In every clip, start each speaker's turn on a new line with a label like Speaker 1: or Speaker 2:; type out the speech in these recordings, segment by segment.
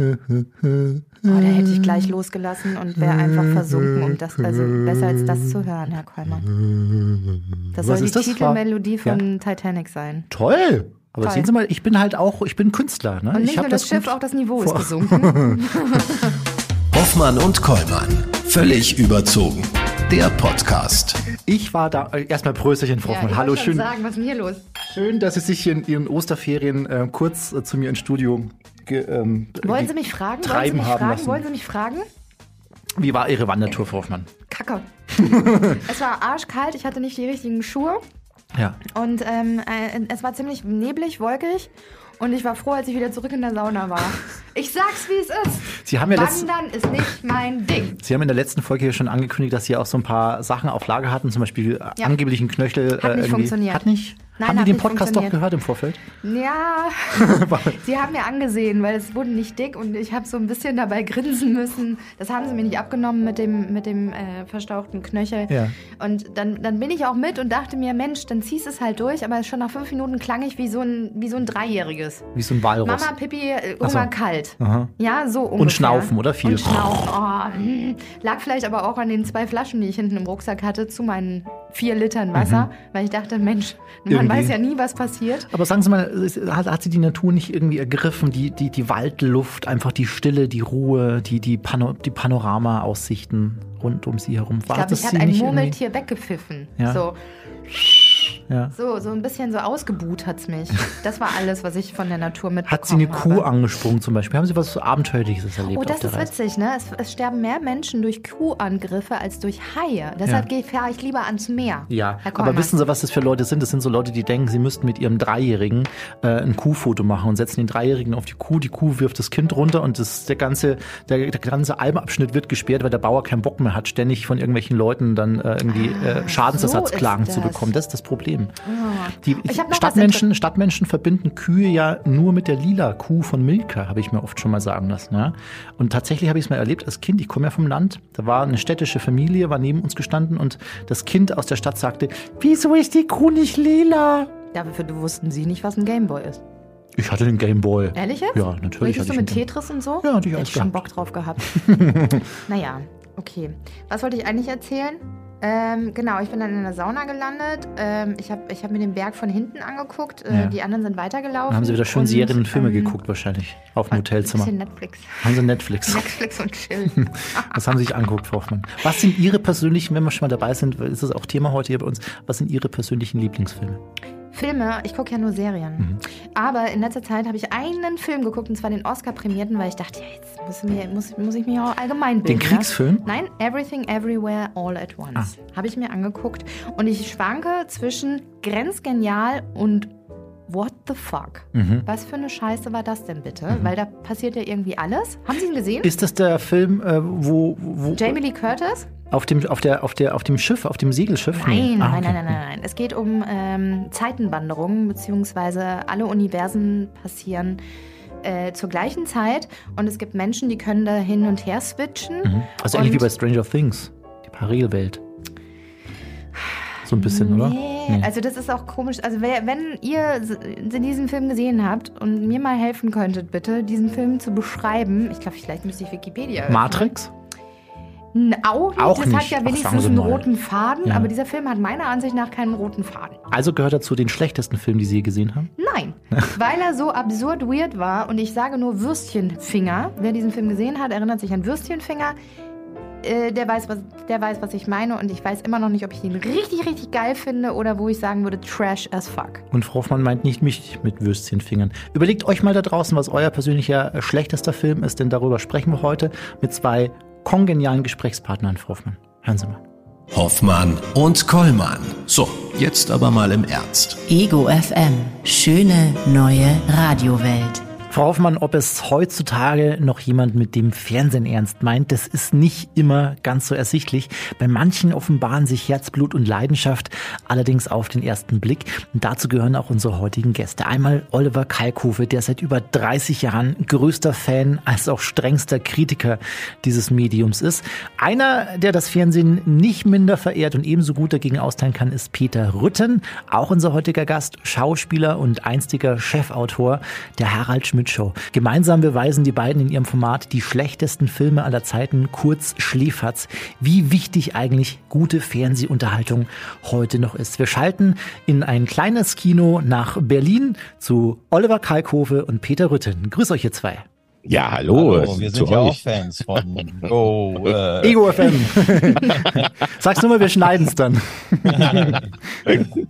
Speaker 1: Oh, da hätte ich gleich losgelassen und wäre einfach versunken, um das also besser als das zu hören, Herr Kollmann. Das
Speaker 2: Was
Speaker 1: soll die
Speaker 2: ist das?
Speaker 1: Titelmelodie
Speaker 2: War-
Speaker 1: von Titanic sein.
Speaker 2: Toll! Aber
Speaker 1: Toll.
Speaker 2: sehen Sie mal, ich bin halt auch, ich bin Künstler. Ne?
Speaker 1: Und nicht
Speaker 2: ich hab
Speaker 1: nur das, Schiff,
Speaker 2: gut-
Speaker 1: auch das Niveau ist gesunken.
Speaker 3: Hoffmann und Kollmann. Völlig überzogen. Der Podcast.
Speaker 2: Ich war da, äh, erstmal Prösterchen, Frau Hoffmann.
Speaker 1: ich
Speaker 2: Hallo,
Speaker 1: wollte schon
Speaker 2: schön,
Speaker 1: sagen, was ist denn hier los?
Speaker 2: schön, dass Sie sich hier in Ihren Osterferien äh, kurz äh, zu mir ins Studio ge, ähm,
Speaker 1: Wollen Sie mich fragen? Wollen Sie
Speaker 2: Treiben
Speaker 1: mich
Speaker 2: haben
Speaker 1: fragen?
Speaker 2: lassen.
Speaker 1: Wollen Sie mich fragen?
Speaker 2: Wie war Ihre Wandertour, Frau Hoffmann?
Speaker 1: Kacke. es war arschkalt, ich hatte nicht die richtigen Schuhe
Speaker 2: Ja.
Speaker 1: und ähm, äh, es war ziemlich neblig, wolkig und ich war froh, als ich wieder zurück in der Sauna war. Ich sag's, wie es ist.
Speaker 2: Sie haben ja letzt-
Speaker 1: Wandern ist nicht mein Ding.
Speaker 2: Sie haben in der letzten Folge hier schon angekündigt, dass Sie auch so ein paar Sachen auf Lager hatten, zum Beispiel äh,
Speaker 1: Ja.
Speaker 2: angeblichen Knöchel.
Speaker 1: Hat nicht
Speaker 2: irgendwie-
Speaker 1: funktioniert.
Speaker 2: Hat nicht?
Speaker 1: Nein,
Speaker 2: haben
Speaker 1: hat
Speaker 2: Sie den
Speaker 1: nicht
Speaker 2: Podcast doch
Speaker 1: funktioniert.
Speaker 2: gehört im Vorfeld?
Speaker 1: Ja, sie haben mir angesehen, weil es wurde nicht dick und ich habe so ein bisschen dabei grinsen müssen. Das haben sie mir nicht abgenommen mit dem, mit dem äh, verstauchten Knöchel.
Speaker 2: Ja.
Speaker 1: Und dann, dann bin ich auch mit und dachte mir, Mensch, dann ziehst es halt durch, aber schon nach fünf Minuten klang ich wie so ein, wie so ein Dreijähriges.
Speaker 2: Wie so ein Walrus.
Speaker 1: Mama, Pippi, äh, Hunger
Speaker 2: so.
Speaker 1: kalt. Ja, so ungefähr.
Speaker 2: schnaufen, oder? Viel.
Speaker 1: Und schnaufen. Oh, hm. lag vielleicht aber auch an den zwei Flaschen, die ich hinten im Rucksack hatte, zu meinen vier Litern Wasser, weil ich dachte, Mensch, man
Speaker 2: Mhm. Irgendwie.
Speaker 1: weiß ja nie, was passiert.
Speaker 2: Aber sagen Sie mal, es- hat, hat sie die Natur nicht irgendwie ergriffen? Die, die, die Waldluft, einfach die Stille, die Ruhe, die, die, Pano die Panoramaaussichten rund um sie herum. War
Speaker 1: Ich glaube,
Speaker 2: das
Speaker 1: ich hat
Speaker 2: sie
Speaker 1: ein
Speaker 2: nicht irgendwie?
Speaker 1: Murmeltier weggepfiffen.
Speaker 2: Ja.
Speaker 1: So.
Speaker 2: Ja.
Speaker 1: so, so ein bisschen so ausgebuht hat's mich. Das war alles, was ich von der Natur mitbekommen
Speaker 2: Hat sie eine Kuh
Speaker 1: habe.
Speaker 2: angesprungen zum Beispiel? Haben Sie was Abenteuerliches erlebt
Speaker 1: Oh,
Speaker 2: auf
Speaker 1: das
Speaker 2: der
Speaker 1: ist
Speaker 2: Reise?
Speaker 1: witzig, ne? Es, es sterben mehr Menschen durch Kuhangriffe als durch Haie. Deshalb
Speaker 2: Ja.
Speaker 1: gehe- fahre ich lieber ans Meer.
Speaker 2: Ja,
Speaker 1: Herr Kollmann.
Speaker 2: aber wissen Sie, was das für Leute sind? Das sind so Leute, die denken, sie müssten mit ihrem Dreijährigen äh, ein Kuhfoto machen und setzen den Dreijährigen auf die Kuh. Die Kuh wirft das Kind runter und das, der, ganze, der, der ganze Albenabschnitt wird gesperrt, weil der Bauer keinen Bock mehr hat, ständig von irgendwelchen Leuten dann äh, irgendwie äh, Schadensersatzklagen
Speaker 1: Ah, so
Speaker 2: zu
Speaker 1: ist das.
Speaker 2: bekommen. Das ist das Problem. Die
Speaker 1: Ah. Ich hab noch was
Speaker 2: Stadtmenschen, Stadtmenschen verbinden Kühe ja nur mit der lila Kuh von Milka, habe ich mir oft schon mal sagen lassen. Ja? Und tatsächlich habe ich es mal erlebt als Kind. Ich komme ja vom Land. Da war eine städtische Familie, war neben uns gestanden und das Kind aus der Stadt sagte, wieso ist die Kuh nicht lila?
Speaker 1: Dafür wussten sie nicht, was ein Gameboy ist.
Speaker 2: Ich hatte den Gameboy.
Speaker 1: Ehrlich jetzt?
Speaker 2: Ja, natürlich
Speaker 1: Richtig
Speaker 2: hatte
Speaker 1: so
Speaker 2: ich
Speaker 1: mit
Speaker 2: einen Game-
Speaker 1: Tetris und so?
Speaker 2: Ja, hatte ich
Speaker 1: Hätte
Speaker 2: alles
Speaker 1: ich schon
Speaker 2: gehabt.
Speaker 1: Bock drauf gehabt. naja, okay. Was wollte ich eigentlich erzählen? Ähm, genau, ich bin dann in der Sauna gelandet. Ähm, ich habe ich hab mir den Berg von hinten angeguckt. Äh,
Speaker 2: Ja.
Speaker 1: Die anderen sind weitergelaufen.
Speaker 2: Dann haben sie wieder schön Serien und Filme
Speaker 1: ähm,
Speaker 2: geguckt wahrscheinlich. Auf dem Hotelzimmer.
Speaker 1: Bisschen Netflix.
Speaker 2: Haben sie Netflix.
Speaker 1: Netflix und Chill.
Speaker 2: Was haben Sie sich angeguckt, Frau Hoffmann? Was sind Ihre persönlichen, wenn wir schon mal dabei sind, weil es ist auch Thema heute hier bei uns, was sind Ihre persönlichen Lieblingsfilme?
Speaker 1: Filme, ich gucke ja nur Serien.
Speaker 2: Mhm.
Speaker 1: Aber in letzter Zeit habe ich einen Film geguckt, und zwar den Oscar-Prämierten, weil ich dachte, ja, jetzt muss, mir, muss, muss ich mich auch allgemein bilden.
Speaker 2: Den Kriegsfilm? Ah.
Speaker 1: Ne? Nein, Everything Everywhere All at Once. Habe ich mir angeguckt. Und ich schwanke zwischen grenzgenial und what the fuck.
Speaker 2: Mhm.
Speaker 1: Was für eine Scheiße war das denn bitte? Weil da passiert ja irgendwie alles. Haben Sie ihn gesehen?
Speaker 2: Ist das der Film, äh, wo, wo
Speaker 1: Jamie Lee Curtis?
Speaker 2: auf dem auf der auf der auf dem Schiff, auf dem Segelschiff? Nee.
Speaker 1: Nein,
Speaker 2: Ah,
Speaker 1: nein,
Speaker 2: okay.
Speaker 1: nein, nein, nein, nein. Es geht um ähm, Zeitenwanderungen, beziehungsweise alle Universen passieren äh, zur gleichen Zeit und es gibt Menschen, die können da hin und her switchen.
Speaker 2: Also ähnlich wie
Speaker 1: Und-
Speaker 2: bei Stranger Things, die Parallelwelt. So ein bisschen, oder?
Speaker 1: Nee, also das ist auch komisch. Also wer, wenn ihr s- diesen Film gesehen habt und mir mal helfen könntet, bitte, diesen Film zu beschreiben. Ich glaube, vielleicht müsste ich Wikipedia öffnen.
Speaker 2: Matrix?
Speaker 1: N- Auch nicht.
Speaker 2: Auch
Speaker 1: das hat
Speaker 2: nicht.
Speaker 1: ja
Speaker 2: Ach,
Speaker 1: wenigstens
Speaker 2: sagen Sie
Speaker 1: einen
Speaker 2: mal.
Speaker 1: roten Faden,
Speaker 2: Ja.
Speaker 1: aber dieser Film hat meiner Ansicht nach keinen roten Faden.
Speaker 2: Also gehört er zu den schlechtesten Filmen, die Sie je gesehen haben?
Speaker 1: Nein, weil er so absurd weird war und ich sage nur Würstchenfinger. Wer diesen Film gesehen hat, erinnert sich an Würstchenfinger. Äh, der, weiß, was, der weiß, was ich meine und ich weiß immer noch nicht, ob ich ihn richtig, richtig geil finde oder wo ich sagen würde, trash as fuck.
Speaker 2: Und Frau Hoffmann meint nicht mich mit Würstchenfingern. Überlegt euch mal da draußen, was euer persönlicher äh, schlechtester Film ist, denn darüber sprechen wir heute mit zwei kongenialen Gesprächspartnern, Frau Hoffmann. Hören Sie mal.
Speaker 3: Hoffmann und Kollmann. So, jetzt aber mal im Ernst.
Speaker 4: Ego FM. Schöne neue Radiowelt.
Speaker 2: Frau Hoffmann, ob es heutzutage noch jemand mit dem Fernsehen ernst meint, das ist nicht immer ganz so ersichtlich. Bei manchen offenbaren sich Herzblut und Leidenschaft allerdings auf den ersten Blick. Und dazu gehören auch unsere heutigen Gäste. Einmal Oliver Kalkofe, der seit über 30 Jahren größter Fan als auch strengster Kritiker dieses Mediums ist. Einer, der das Fernsehen nicht minder verehrt und ebenso gut dagegen austeilen kann, ist Peter Rütten. Auch unser heutiger Gast, Schauspieler und einstiger Chefautor der Harald Schmidt Show. Gemeinsam beweisen die beiden in ihrem Format die schlechtesten Filme aller Zeiten, kurz Schläferz, wie wichtig eigentlich gute Fernsehunterhaltung heute noch ist. Wir schalten in ein kleines Kino nach Berlin zu Oliver Kalkofe und Peter Rütten. Grüß euch ihr zwei.
Speaker 4: Ja, hallo.
Speaker 5: Hallo, wir sind
Speaker 4: Oh, zu
Speaker 5: ja auch
Speaker 4: euch.
Speaker 5: Fans von Go. Äh,
Speaker 2: Ego FM. Sag's nur mal, wir schneiden's dann.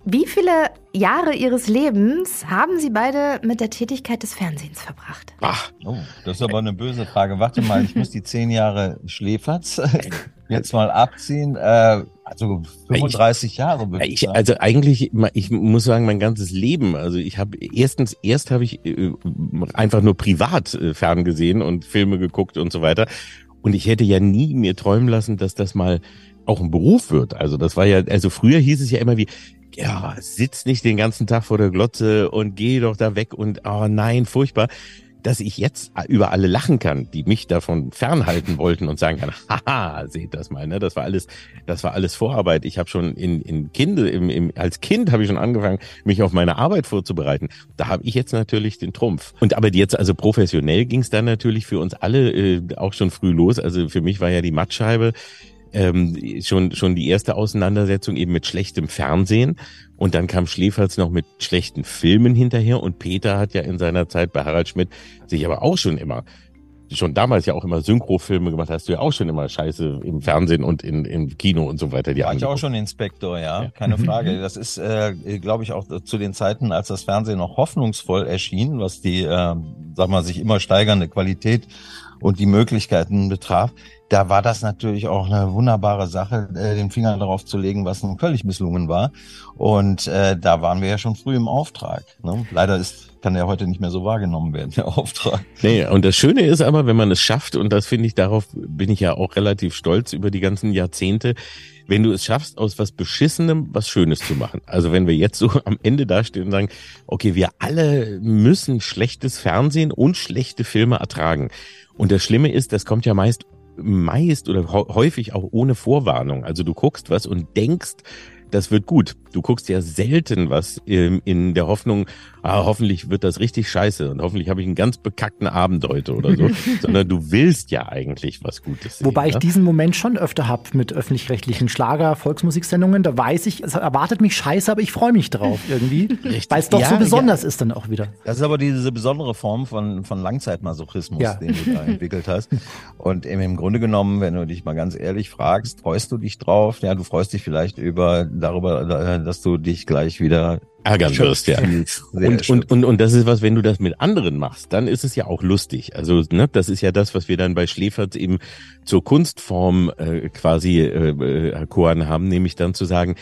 Speaker 1: Wie viele Jahre Ihres Lebens haben Sie beide mit der Tätigkeit des Fernsehens verbracht?
Speaker 4: Ach,
Speaker 5: oh, das ist aber eine böse Frage. Warte mal, ich muss die zehn Jahre Schläferz jetzt mal abziehen. Äh, also 35 Jahre. würde ich
Speaker 4: ich,
Speaker 5: sagen.
Speaker 4: also eigentlich, ma- ich muss sagen, mein ganzes Leben. Also ich habe erstens, erst habe ich äh, einfach nur privat äh, ferngesehen und Filme geguckt und so weiter. Und ich hätte ja nie mir träumen lassen, dass das mal auch ein Beruf wird. Also das war ja, also früher hieß es ja immer wie, ja, sitz nicht den ganzen Tag vor der Glotze und geh doch da weg und, oh nein, furchtbar. Dass ich jetzt über alle lachen kann, die mich davon fernhalten wollten und sagen kann, haha, seht das mal, ne? Das war alles, das war alles Vorarbeit. Ich habe schon in, in Kinde, im, im, als Kind habe ich schon angefangen, mich auf meine Arbeit vorzubereiten. Da habe ich jetzt natürlich den Trumpf. Und aber jetzt, also professionell ging es dann natürlich für uns alle äh, auch schon früh los. Also für mich war ja die Mattscheibe ähm, schon, schon die erste Auseinandersetzung eben mit schlechtem Fernsehen. Und dann kam Schläferz noch mit schlechten Filmen hinterher. Und Peter hat ja in seiner Zeit bei Harald Schmidt sich aber auch schon immer, schon damals ja auch immer Synchrofilme gemacht, hast du ja auch schon immer Scheiße im Fernsehen und in, im Kino und so weiter. Die
Speaker 5: war ich auch
Speaker 4: angeguckt.
Speaker 5: schon Inspektor, ja,
Speaker 4: Ja. Mhm.
Speaker 5: keine Frage. Das ist, äh, glaube ich, auch zu den Zeiten, als das Fernsehen noch hoffnungsvoll erschien, was die, äh, sag mal, sich immer steigernde Qualität und die Möglichkeiten betraf. Da war das natürlich auch eine wunderbare Sache, äh, den Finger darauf zu legen, was nun völlig misslungen war. Und äh, da waren wir ja schon früh im Auftrag. Ne? Leider ist, kann der heute nicht mehr so wahrgenommen werden, der Auftrag.
Speaker 4: Nee, und das Schöne ist aber, wenn man es schafft, und das finde ich, darauf bin ich ja auch relativ stolz über die ganzen Jahrzehnte, wenn du es schaffst, aus was Beschissenem was Schönes zu machen. Also wenn wir jetzt so am Ende dastehen und sagen, okay, wir alle müssen schlechtes Fernsehen und schlechte Filme ertragen. Und das Schlimme ist, das kommt ja meist, meist oder hau- häufig auch ohne Vorwarnung. Also du guckst was und denkst, das wird gut. Du guckst ja selten was ähm, in der Hoffnung, ah, hoffentlich wird das richtig scheiße und hoffentlich habe ich einen ganz bekackten Abend heute oder so, sondern du willst ja eigentlich was Gutes sehen.
Speaker 2: Wobei ich
Speaker 4: ne?
Speaker 2: diesen Moment schon öfter hab mit öffentlich-rechtlichen Schlager-Volksmusiksendungen. Da weiß ich, es erwartet mich Scheiße, aber ich freue mich drauf irgendwie.
Speaker 4: Richtig.
Speaker 2: Weil es doch
Speaker 4: Ja,
Speaker 2: so
Speaker 4: ja.
Speaker 2: besonders ist dann auch wieder.
Speaker 5: Das ist aber diese besondere Form von, von Langzeitmasochismus,
Speaker 2: Ja.
Speaker 5: den du da entwickelt hast. Und im, im Grunde genommen, wenn du dich mal ganz ehrlich fragst, freust du dich drauf? Ja, du freust dich vielleicht über darüber, äh, dass du dich gleich wieder
Speaker 4: ärgern wirst, ja. Und, und, und, und das ist was, wenn du das mit anderen machst, dann ist es ja auch lustig. Also ne, das ist ja das, was wir dann bei Schläferz eben zur Kunstform äh, quasi äh, äh, Koan haben, nämlich dann zu sagen,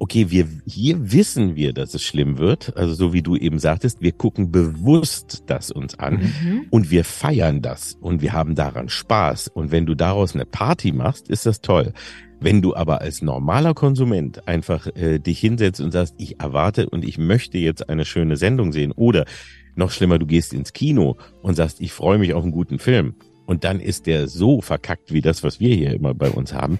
Speaker 4: okay, wir hier wissen wir, dass es schlimm wird. Also so wie du eben sagtest, wir gucken bewusst das uns an und wir feiern das und wir haben daran Spaß. Und wenn du daraus eine Party machst, ist das toll. Wenn du aber als normaler Konsument einfach äh, dich hinsetzt und sagst, ich erwarte und ich möchte jetzt eine schöne Sendung sehen oder noch schlimmer, du gehst ins Kino und sagst, ich freue mich auf einen guten Film und dann ist der so verkackt wie das, was wir hier immer bei uns haben,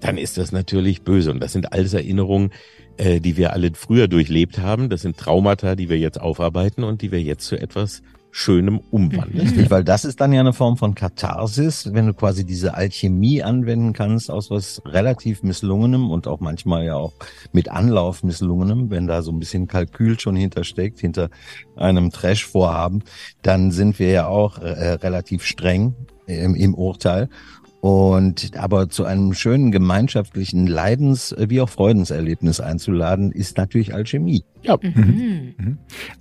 Speaker 4: dann ist das natürlich böse und das sind alles Erinnerungen, äh, die wir alle früher durchlebt haben. Das sind Traumata, die wir jetzt aufarbeiten und die wir jetzt zu etwas Schönem umwandeln.
Speaker 5: Richtig, weil das ist dann ja eine Form von Katharsis, wenn du quasi diese Alchemie anwenden kannst aus was relativ misslungenem und auch manchmal ja auch mit Anlauf misslungenem, wenn da so ein bisschen Kalkül schon hintersteckt, hinter einem Trash-Vorhaben, dann sind wir ja auch äh, relativ streng im, im Urteil. Und aber zu einem schönen gemeinschaftlichen Leidens- wie auch Freudenserlebnis einzuladen, ist natürlich Alchemie.
Speaker 4: Ja,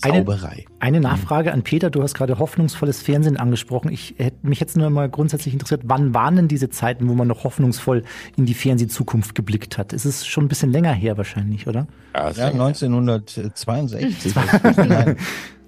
Speaker 2: Eine-
Speaker 4: Zauberei.
Speaker 2: Eine Nachfrage an Peter. Du hast gerade hoffnungsvolles Fernsehen angesprochen. Ich hätte mich jetzt nur mal grundsätzlich interessiert, wann waren denn diese Zeiten, wo man noch hoffnungsvoll in die Fernsehzukunft geblickt hat? Es ist schon ein bisschen länger her wahrscheinlich, oder?
Speaker 4: Ja,
Speaker 5: Ja, 1962. Nein.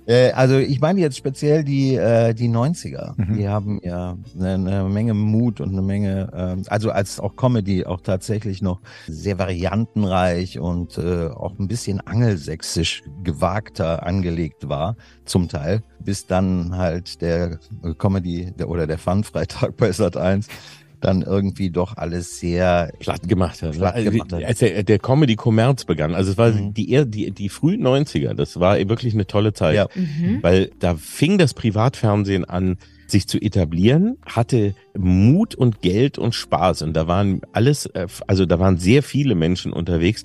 Speaker 5: Äh, also ich meine jetzt speziell die, äh, die 90er. Die haben ja eine, eine Menge Mut und eine Menge, ähm, also als auch Comedy auch tatsächlich noch sehr variantenreich und äh, auch ein bisschen angelsächsisch gewagter angelegt war, zum Teil, bis dann halt der äh, Comedy der, oder der Fun-Freitag bei Sat 1 dann irgendwie doch alles sehr
Speaker 4: platt gemacht hat.
Speaker 5: Platt
Speaker 4: Also,
Speaker 5: gemacht hat.
Speaker 4: Als der, der Comedy-Kommerz begann. Also es war
Speaker 5: Mhm.
Speaker 4: die, eher- die, die frühen 90er, das war wirklich eine tolle Zeit.
Speaker 5: Ja.
Speaker 1: Mhm.
Speaker 4: Weil da fing das Privatfernsehen an, sich zu etablieren, hatte Mut und Geld und Spaß. Und da waren alles, äh, also da waren sehr viele Menschen unterwegs,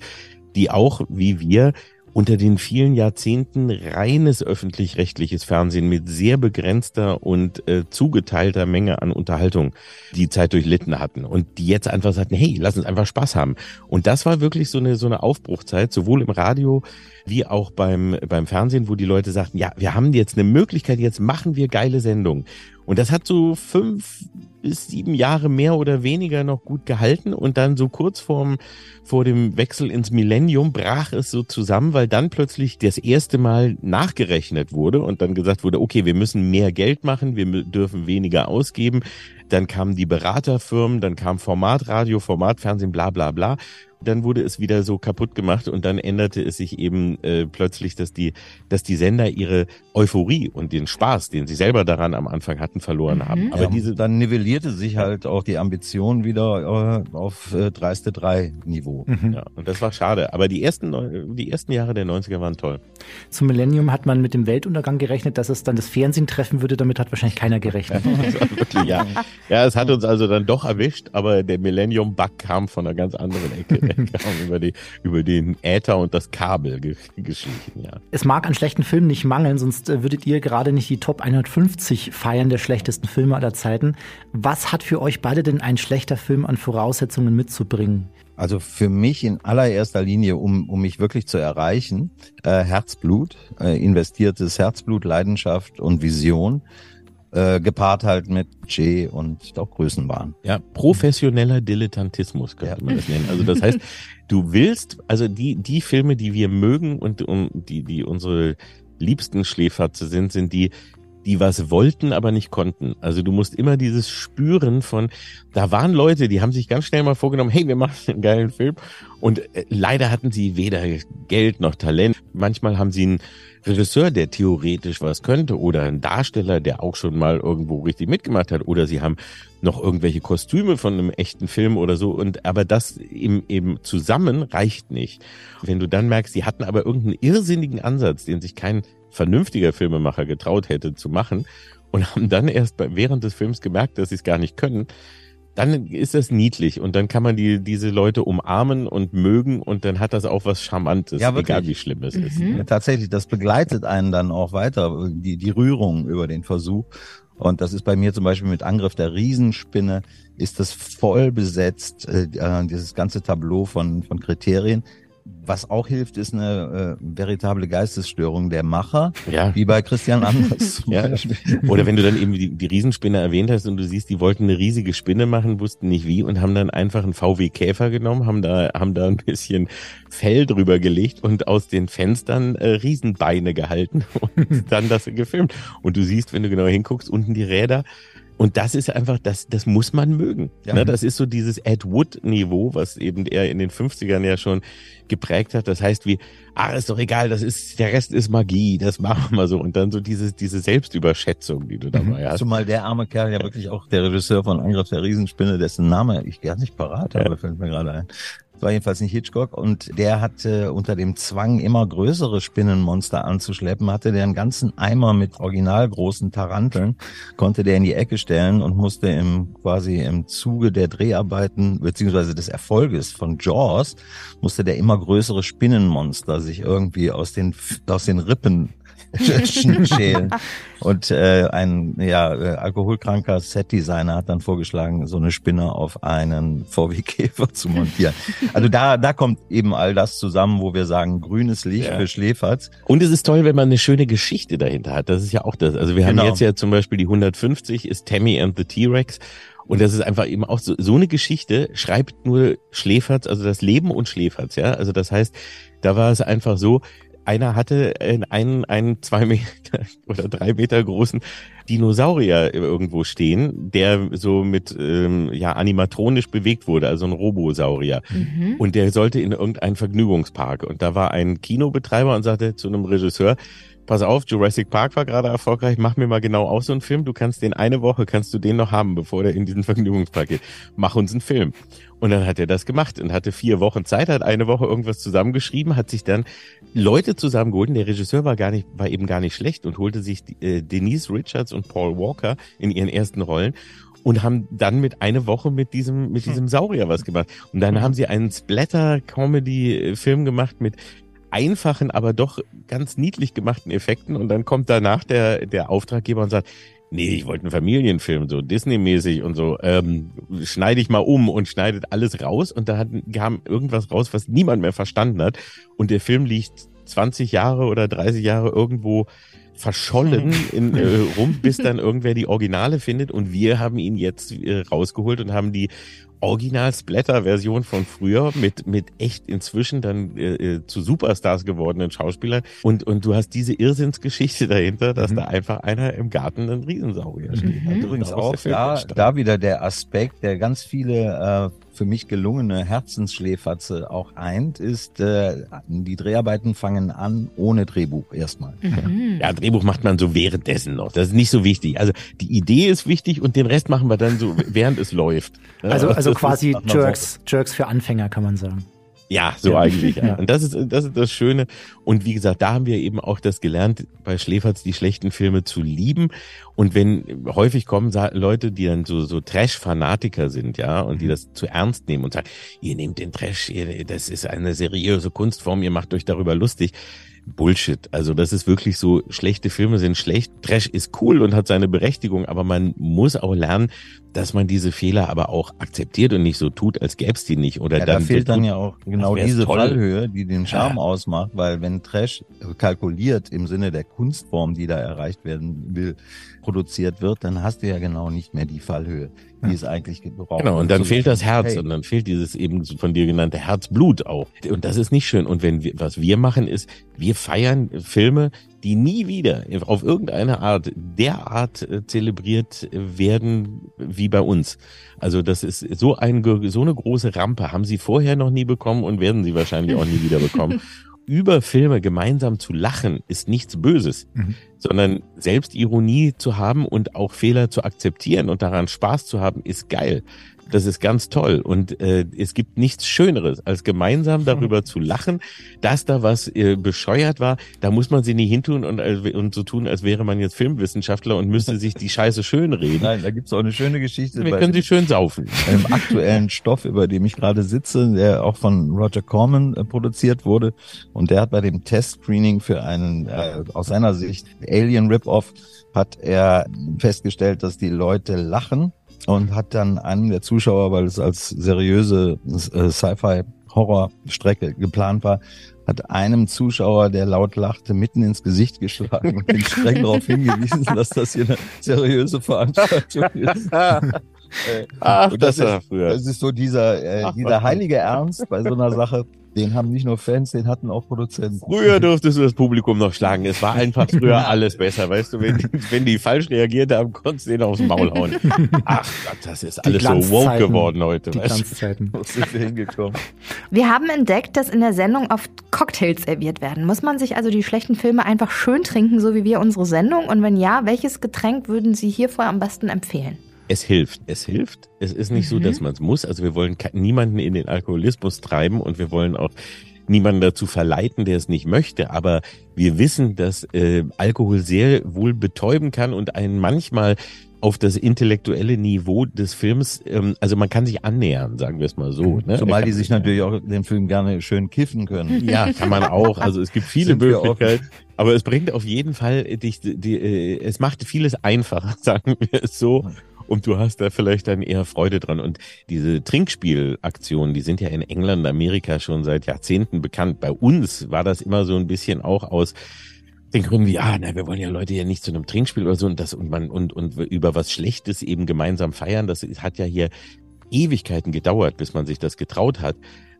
Speaker 4: die auch wie wir unter den vielen Jahrzehnten reines öffentlich-rechtliches Fernsehen mit sehr begrenzter und äh, zugeteilter Menge an Unterhaltung die Zeit durchlitten hatten und die jetzt einfach sagten, hey, lass uns einfach Spaß haben. Und das war wirklich so eine, so eine Aufbruchzeit, sowohl im Radio wie auch beim, beim Fernsehen, wo die Leute sagten, ja, wir haben jetzt eine Möglichkeit, jetzt machen wir geile Sendungen. Und das hat so fünf bis sieben Jahre mehr oder weniger noch gut gehalten und dann so kurz vorm, vor dem Wechsel ins Millennium brach es so zusammen, weil dann plötzlich das erste Mal nachgerechnet wurde und dann gesagt wurde, okay, wir müssen mehr Geld machen, wir mü- dürfen weniger ausgeben. Dann kamen die Beraterfirmen, dann kam Formatradio, Formatfernsehen, bla bla bla. Dann wurde es wieder so kaputt gemacht und dann änderte es sich eben äh, plötzlich, dass die, dass die Sender ihre Euphorie und den Spaß, den sie selber daran am Anfang hatten, verloren
Speaker 1: Mhm.
Speaker 4: haben. Aber
Speaker 5: ja,
Speaker 4: diese
Speaker 5: dann nivellierte sich halt auch die Ambition wieder äh, auf äh, dreiste drei Niveau.
Speaker 2: Mhm.
Speaker 4: Ja, und das war schade. Aber die ersten, Neu- die ersten Jahre der 90er waren toll.
Speaker 2: Zum Millennium hat man mit dem Weltuntergang gerechnet, dass es dann das Fernsehen treffen würde. Damit hat wahrscheinlich keiner gerechnet.
Speaker 4: Das war wirklich, ja. ja, es hat uns also dann doch erwischt, aber der Millennium-Bug kam von einer ganz anderen Ecke. Der kam über, die, über den Äther und das Kabel ge geschlichen, ja.
Speaker 2: Es mag an schlechten Filmen nicht mangeln, sonst äh, würdet ihr gerade nicht die Top 150 feiern der schlechtesten Filme aller Zeiten. Was hat für euch beide denn ein schlechter Film an Voraussetzungen mitzubringen?
Speaker 5: Also für mich in allererster Linie, um, um mich wirklich zu erreichen, äh, Herzblut, äh, investiertes Herzblut, Leidenschaft und Vision, äh, gepaart halt mit Budget und auch Größenwahn.
Speaker 4: Ja, professioneller Dilettantismus könnte man das nennen. Also das heißt, du willst, also die, die Filme, die wir mögen und um, die, die unsere liebsten Schläferze sind, sind die, die was wollten, aber nicht konnten. Also du musst immer dieses Spüren von, da waren Leute, die haben sich ganz schnell mal vorgenommen, hey, wir machen einen geilen Film. Und äh, leider hatten sie weder Geld noch Talent. Manchmal haben sie einen Regisseur, der theoretisch was könnte oder einen Darsteller, der auch schon mal irgendwo richtig mitgemacht hat. Oder sie haben noch irgendwelche Kostüme von einem echten Film oder so. Und aber das im, im zusammen reicht nicht. Wenn du dann merkst, sie hatten aber irgendeinen irrsinnigen Ansatz, den sich kein vernünftiger Filmemacher getraut hätte zu machen und haben dann erst bei, während des Films gemerkt, dass sie es gar nicht können, dann ist das niedlich und dann kann man die, diese Leute umarmen und mögen und dann hat das auch was Charmantes,
Speaker 5: Ja, wirklich.
Speaker 4: egal wie schlimm es ist.
Speaker 1: Mhm.
Speaker 5: Ja, Äh, tatsächlich, das begleitet einen dann auch weiter, äh, die, die Rührung über den Versuch. Und das ist bei mir zum Beispiel mit Angriff der Riesenspinne, ist das voll besetzt, äh, äh, dieses ganze Tableau von, von Kriterien. Was auch hilft, ist eine äh, veritable Geistesstörung der Macher,
Speaker 4: Ja.
Speaker 5: wie bei Christian Anders zum
Speaker 4: Ja.
Speaker 5: Beispiel.
Speaker 4: Oder wenn du dann eben die, die Riesenspinne erwähnt hast und du siehst, die wollten eine riesige Spinne machen, wussten nicht wie und haben dann einfach einen VW-Käfer genommen, haben da, haben da ein bisschen Fell drüber gelegt und aus den Fenstern äh, Riesenbeine gehalten und dann das gefilmt. Und du siehst, wenn du genau hinguckst, unten die Räder. Und das ist einfach, das, das muss man mögen.
Speaker 5: Ja.
Speaker 4: Ne, das ist so dieses Ed Wood-Niveau, was eben er in den 50ern ja schon geprägt hat. Das heißt, wie, ah, ist doch egal, das ist, der Rest ist Magie, das machen wir mal so. Und dann so dieses, diese Selbstüberschätzung, die du
Speaker 5: Mhm.
Speaker 4: dabei hast.
Speaker 5: Zumal der arme Kerl ja wirklich auch der Regisseur von Angriff der Riesenspinne, dessen Name ich gar nicht parat habe, fällt mir gerade ein. Das war jedenfalls nicht Hitchcock und der hatte unter dem Zwang, immer größere Spinnenmonster anzuschleppen, hatte der einen ganzen Eimer mit original großen Taranteln, konnte der in die Ecke stellen und musste im, quasi im Zuge der Dreharbeiten, beziehungsweise des Erfolges von Jaws, musste der immer größere Spinnenmonster sich irgendwie aus den, aus den Rippen schälen. Und äh, ein ja, äh, alkoholkranker Set-Designer hat dann vorgeschlagen, so eine Spinne auf einen VW-Käfer zu montieren. Also da, da kommt eben all das zusammen, wo wir sagen, grünes Licht
Speaker 4: Ja.
Speaker 5: für Schläferz.
Speaker 4: Und es ist toll, wenn man eine schöne Geschichte dahinter hat. Das ist ja auch das. Also wir haben
Speaker 5: Genau.
Speaker 4: jetzt ja zum Beispiel die 150 ist Tammy and the T-Rex. Und das ist einfach eben auch so, so eine Geschichte schreibt nur Schläferz, also das Leben und Schläferz, ja. Also das heißt, da war es einfach so, einer hatte in einen, einen zwei Meter oder drei Meter großen Dinosaurier irgendwo stehen, der so mit ähm, ja animatronisch bewegt wurde, also ein Robosaurier.
Speaker 1: Mhm.
Speaker 4: Und der sollte in irgendeinen Vergnügungspark. Und da war ein Kinobetreiber und sagte zu einem Regisseur, pass auf, Jurassic Park war gerade erfolgreich, mach mir mal genau auch so einen Film. Du kannst den eine Woche, kannst du den noch haben, bevor der in diesen Vergnügungspark geht. Mach uns einen Film. Und dann hat er das gemacht und hatte vier Wochen Zeit, hat eine Woche irgendwas zusammengeschrieben, hat sich dann Leute zusammengeholt. Und Der Regisseur war gar nicht, war eben gar nicht schlecht und holte sich äh, Denise Richards und Paul Walker in ihren ersten Rollen und haben dann mit eine Woche mit diesem mit diesem Saurier was gemacht und dann haben sie einen Splatter Comedy Film gemacht mit einfachen, aber doch ganz niedlich gemachten Effekten und dann kommt danach der der Auftraggeber und sagt Nee, ich wollte einen Familienfilm, so Disney-mäßig und so. Ähm, schneide ich mal um und schneidet alles raus. Und da hat, kam irgendwas raus, was niemand mehr verstanden hat. Und der Film liegt 20 Jahre oder 30 Jahre irgendwo verschollen in, äh, rum, bis dann irgendwer die Originale findet. Und wir haben ihn jetzt äh, rausgeholt und haben die Original-Splatter-Version von früher mit, mit echt inzwischen dann äh, äh, zu Superstars gewordenen Schauspielern. Und, und du hast diese Irrsinnsgeschichte dahinter, dass
Speaker 2: Mhm.
Speaker 4: da einfach einer im Garten einen Riesensaurier steht. Also
Speaker 1: Mhm.
Speaker 4: hat.
Speaker 5: Übrigens
Speaker 4: Daraus
Speaker 5: auch
Speaker 4: der Film
Speaker 5: da,
Speaker 4: entstanden.
Speaker 5: da wieder der Aspekt, der ganz viele äh, für mich gelungene Herzensschläferze auch eint, ist, äh, die Dreharbeiten fangen an ohne Drehbuch erstmal.
Speaker 1: Mhm.
Speaker 4: Ja, Drehbuch macht man so währenddessen noch. Das ist nicht so wichtig. Also die Idee ist wichtig und den Rest machen wir dann so, während es läuft. Ja,
Speaker 2: Also, also
Speaker 4: das ist
Speaker 2: quasi
Speaker 4: nach einer
Speaker 2: Jerks, Jerks für Anfänger, kann man sagen.
Speaker 4: Ja, so
Speaker 2: Ja.
Speaker 4: eigentlich. Ja.
Speaker 2: Ja.
Speaker 4: Und das ist, das ist das Schöne. Und wie gesagt, da haben wir eben auch das gelernt, bei Schläferz die schlechten Filme zu lieben. Und wenn häufig kommen sa- Leute, die dann so, so Trash-Fanatiker sind, ja, und
Speaker 5: Mhm.
Speaker 4: die das zu ernst nehmen und sagen, ihr nehmt den Trash, ihr, das ist eine seriöse Kunstform, ihr macht euch darüber lustig. Bullshit. Also das ist wirklich so, schlechte Filme sind schlecht, Trash ist cool und hat seine Berechtigung, aber man muss auch lernen, dass man diese Fehler aber auch akzeptiert und nicht so tut, als gäbe es die nicht. Oder
Speaker 5: Ja,
Speaker 4: dann
Speaker 5: da
Speaker 4: so
Speaker 5: fehlt dann
Speaker 4: tut,
Speaker 5: ja auch genau
Speaker 4: Das wär's
Speaker 5: diese
Speaker 4: toll.
Speaker 5: Fallhöhe, die den Charme
Speaker 4: Ja.
Speaker 5: ausmacht, weil wenn Trash kalkuliert im Sinne der Kunstform, die da erreicht werden will, produziert wird, dann hast du ja genau nicht mehr die Fallhöhe, die es eigentlich gebraucht
Speaker 4: Genau, und
Speaker 5: wird.
Speaker 4: dann
Speaker 5: Zu
Speaker 4: fehlt das
Speaker 5: sagen,
Speaker 4: Herz ne?
Speaker 5: hey,
Speaker 4: und dann fehlt dieses eben so von dir genannte Herzblut auch. Und das ist nicht schön. Und wenn wir, was wir machen ist, wir feiern Filme, die nie wieder auf irgendeine Art derart äh, zelebriert werden wie bei uns. Also das ist so ein, ge- so eine große Rampe haben sie vorher noch nie bekommen und werden sie wahrscheinlich auch nie wieder bekommen. Über Filme gemeinsam zu lachen ist nichts Böses sondern Selbstironie zu haben und auch Fehler zu akzeptieren und daran Spaß zu haben, ist geil. Das ist ganz toll. Und äh, es gibt nichts Schöneres, als gemeinsam darüber zu lachen, dass da was äh, bescheuert war. Da muss man sich nicht hintun und, äh, und so tun, als wäre man jetzt Filmwissenschaftler und müsste sich die Scheiße schönreden.
Speaker 5: Nein, da gibt's auch eine schöne Geschichte.
Speaker 4: Wir
Speaker 5: bei-
Speaker 4: können sie schön saufen.
Speaker 5: einem aktuellen Stoff, über dem ich gerade sitze, der auch von Roger Corman äh, produziert wurde. Und der hat bei dem Test-Screening für einen, äh, aus seiner Sicht, Alien Rip-Off, hat er festgestellt, dass die Leute lachen und hat dann einem der Zuschauer, weil es als seriöse äh, Sci-Fi-Horror-Strecke geplant war, hat einem Zuschauer, der laut lachte, mitten ins Gesicht geschlagen und ihn streng darauf hingewiesen, dass das hier eine seriöse Veranstaltung ist. Äh,
Speaker 4: Ach,
Speaker 5: und
Speaker 4: das war früher.
Speaker 5: Das ist so dieser, äh,
Speaker 4: Ach,
Speaker 5: dieser
Speaker 4: was-
Speaker 5: heilige Ernst bei so einer Sache. Den haben nicht nur Fans, den hatten auch Produzenten.
Speaker 4: Früher durftest du das Publikum noch schlagen. Es war einfach früher alles besser. Weißt du, wenn, wenn die falsch reagiert haben, konntest du denen aufs Maul hauen. Ach Gott, das ist
Speaker 2: Die
Speaker 4: alles so woke
Speaker 2: Glanzzeiten.
Speaker 4: geworden heute.
Speaker 2: Die
Speaker 4: Weißt du?
Speaker 2: Glanzzeiten.
Speaker 5: Wo sind wir hingekommen?
Speaker 1: Wir haben entdeckt, dass in der Sendung oft Cocktails serviert werden. Muss man sich also die schlechten Filme einfach schön trinken, so wie wir unsere Sendung? Und wenn ja, welches Getränk würden Sie hiervor am besten empfehlen?
Speaker 4: Es hilft. Es hilft. Es ist nicht so,
Speaker 1: Mhm.
Speaker 4: dass man es muss. Also wir wollen ke- niemanden in den Alkoholismus treiben und wir wollen auch niemanden dazu verleiten, der es nicht möchte. Aber wir wissen, dass äh, Alkohol sehr wohl betäuben kann und einen manchmal auf das intellektuelle Niveau des Films, ähm, also man kann sich annähern, sagen wir es mal so. Ne?
Speaker 5: Zumal die
Speaker 4: Er kann-
Speaker 5: sich natürlich auch den Film gerne schön kiffen können.
Speaker 4: Ja, kann man auch. Also es gibt viele
Speaker 5: Sind wir offen.
Speaker 4: Möglichkeiten. Aber es bringt auf jeden Fall dich, die, äh, es macht vieles einfacher, sagen wir es so. Und du hast da vielleicht dann eher Freude dran. Und diese Trinkspielaktionen, die sind ja in England, Amerika schon seit Jahrzehnten bekannt. Bei uns war das immer so ein bisschen auch aus den Gründen wie, ja, ah, na, wir wollen ja Leute ja nicht zu einem Trinkspiel oder so und das und man und, und über was Schlechtes eben gemeinsam feiern. Das hat ja hier Ewigkeiten gedauert, bis man sich das getraut hat.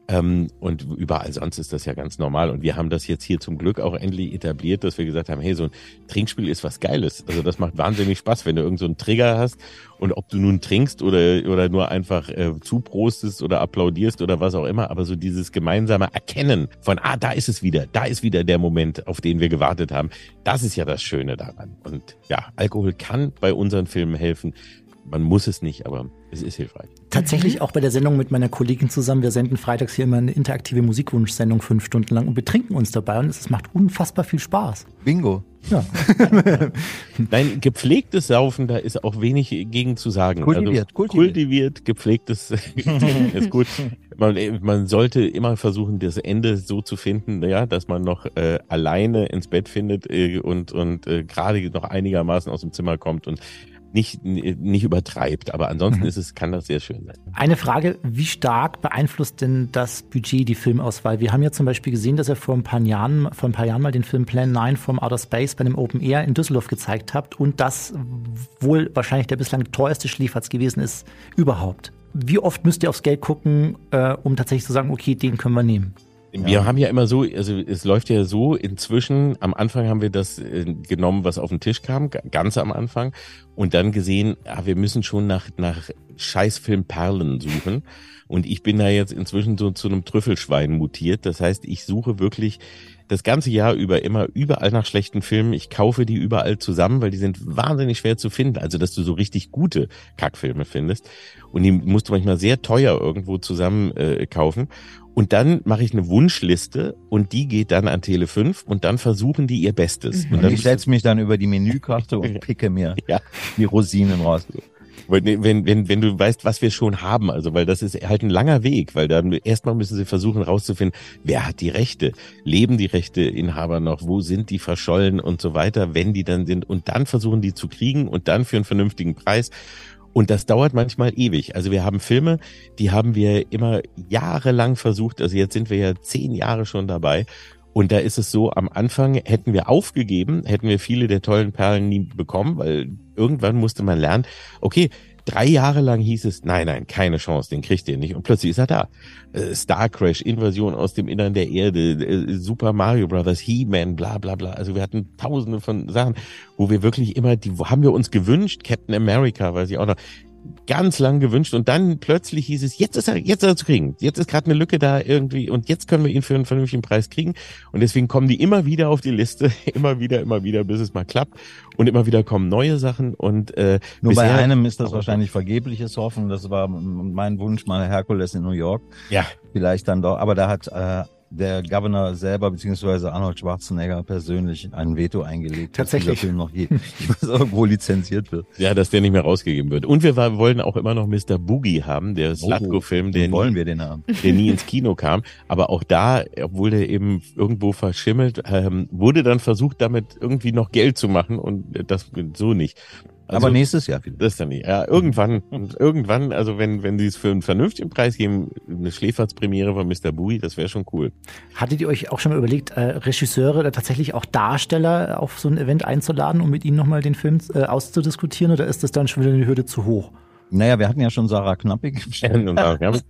Speaker 4: Ähm, und überall sonst ist das ja ganz normal. Und wir haben das jetzt hier zum Glück auch endlich etabliert, dass wir gesagt haben, hey, so ein Trinkspiel ist was Geiles. Also das macht wahnsinnig Spaß, wenn du irgendeinen so einen Trigger hast und ob du nun trinkst oder, oder nur einfach äh, zuprostest oder applaudierst oder was auch immer, aber so dieses gemeinsame Erkennen von, ah, da ist es wieder, da ist wieder der Moment, auf den wir gewartet haben, das ist ja das Schöne daran. Und ja, Alkohol kann bei unseren Filmen helfen. Man muss es nicht, aber es ist hilfreich.
Speaker 2: Tatsächlich auch bei der Sendung mit meiner Kollegin zusammen. Wir senden freitags hier immer eine interaktive Musikwunschsendung fünf Stunden lang und betrinken uns dabei und es es macht unfassbar viel Spaß.
Speaker 5: Bingo.
Speaker 2: Ja.
Speaker 4: Nein, gepflegtes Saufen, da ist auch wenig gegen zu sagen. Also
Speaker 5: Kultiviert, kultiviert.
Speaker 4: kultiviert. gepflegtes ist gut. Man, man sollte immer versuchen, das Ende so zu finden, ja, dass man noch äh, alleine ins Bett findet äh, und, und äh, gerade noch einigermaßen aus dem Zimmer kommt und nicht, n- nicht übertreibt. Aber ansonsten ist es, kann das sehr schön sein.
Speaker 2: Eine Frage, wie stark beeinflusst denn das Budget die Filmauswahl? Wir haben ja zum Beispiel gesehen, dass ihr vor ein paar Jahren, vor ein paar Jahren mal den Film Plan 9 vom Outer Space bei einem Open Air in Düsseldorf gezeigt habt und das wohl wahrscheinlich der bislang teuerste Schläferz gewesen ist überhaupt. Wie oft müsst ihr aufs Geld gucken, äh, um tatsächlich zu sagen, okay, den können wir nehmen?
Speaker 4: Wir haben ja immer so, also es läuft ja so inzwischen, am Anfang haben wir das äh, genommen, was auf den Tisch kam, g- ganz am Anfang, und dann gesehen, ah, wir müssen schon nach, nach Scheißfilmperlen suchen. Und ich bin da jetzt inzwischen so zu einem Trüffelschwein mutiert. Das heißt, ich suche wirklich das ganze Jahr über immer überall nach schlechten Filmen. Ich kaufe die überall zusammen, weil die sind wahnsinnig schwer zu finden. Also, dass du so richtig gute Kackfilme findest. Und die musst du manchmal sehr teuer irgendwo zusammen äh, kaufen. Und dann mache ich eine Wunschliste und die geht dann an Tele 5 und dann versuchen die ihr Bestes. Und
Speaker 5: Und
Speaker 4: dann
Speaker 5: ich setze mich dann über die Menükarte und picke mir
Speaker 4: Ja.
Speaker 5: die Rosinen raus.
Speaker 4: Wenn, wenn, wenn, wenn du weißt, was wir schon haben, also weil das ist halt ein langer Weg, weil dann erstmal müssen sie versuchen rauszufinden, wer hat die Rechte, leben die Rechteinhaber noch, wo sind die verschollen und so weiter, wenn die dann sind und dann versuchen die zu kriegen und dann für einen vernünftigen Preis. Und das dauert manchmal ewig. Also wir haben Filme, die haben wir immer jahrelang versucht. Also jetzt sind wir ja zehn Jahre schon dabei. Und da ist es so, am Anfang hätten wir aufgegeben, hätten wir viele der tollen Perlen nie bekommen, weil irgendwann musste man lernen, okay, drei Jahre lang hieß es, nein, nein, keine Chance, den kriegt ihr nicht. Und plötzlich ist er da. Äh, Star Crash, Invasion aus dem Innern der Erde, äh, Super Mario Brothers, He-Man, bla bla bla. Also wir hatten tausende von Sachen, wo wir wirklich immer, die wo haben wir uns gewünscht, Captain America, weiß ich auch noch, ganz lang gewünscht und dann plötzlich hieß es, jetzt ist er, jetzt ist er zu kriegen. Jetzt ist gerade eine Lücke da irgendwie und jetzt können wir ihn für einen vernünftigen Preis kriegen. Und deswegen kommen die immer wieder auf die Liste, immer wieder, immer wieder, bis es mal klappt. Und immer wieder kommen neue Sachen und äh,
Speaker 5: Nur bei
Speaker 4: bisher-
Speaker 5: einem ist das wahrscheinlich vergebliches Hoffen. Das war m- mein Wunsch, mal Herkules in New York.
Speaker 4: Ja,
Speaker 5: Vielleicht dann doch. Aber da hat äh, der Governor selber, beziehungsweise Arnold Schwarzenegger persönlich ein Veto eingelegt,
Speaker 2: Tatsächlich.
Speaker 5: dass dieser Film noch je, irgendwo lizenziert wird.
Speaker 4: ja, dass der nicht mehr rausgegeben wird. Und wir war, wollen auch immer noch Mr. Boogie haben, der Slatko-Film, der,
Speaker 5: Oh, Den
Speaker 4: nie-
Speaker 5: wollen wir den haben.
Speaker 4: der nie ins Kino kam. Aber auch da, obwohl der eben irgendwo verschimmelt, ähm, wurde dann versucht, damit irgendwie noch Geld zu machen und das so nicht. Also-
Speaker 5: Aber nächstes Jahr wieder.
Speaker 4: Das ist dann nicht. Ja, irgendwann, und irgendwann, also wenn, wenn sie es für einen vernünftigen Preis geben, eine Schläferzpremiere von Mr. Bowie, das wäre schon cool.
Speaker 2: Hattet ihr euch auch schon mal überlegt, äh, Regisseure oder tatsächlich auch Darsteller äh, auf so ein Event einzuladen, um mit ihnen nochmal den Film äh, auszudiskutieren oder ist das dann schon wieder eine Hürde zu hoch?
Speaker 5: Naja, wir hatten ja schon Sarah Knappig.
Speaker 4: Und dann, ja,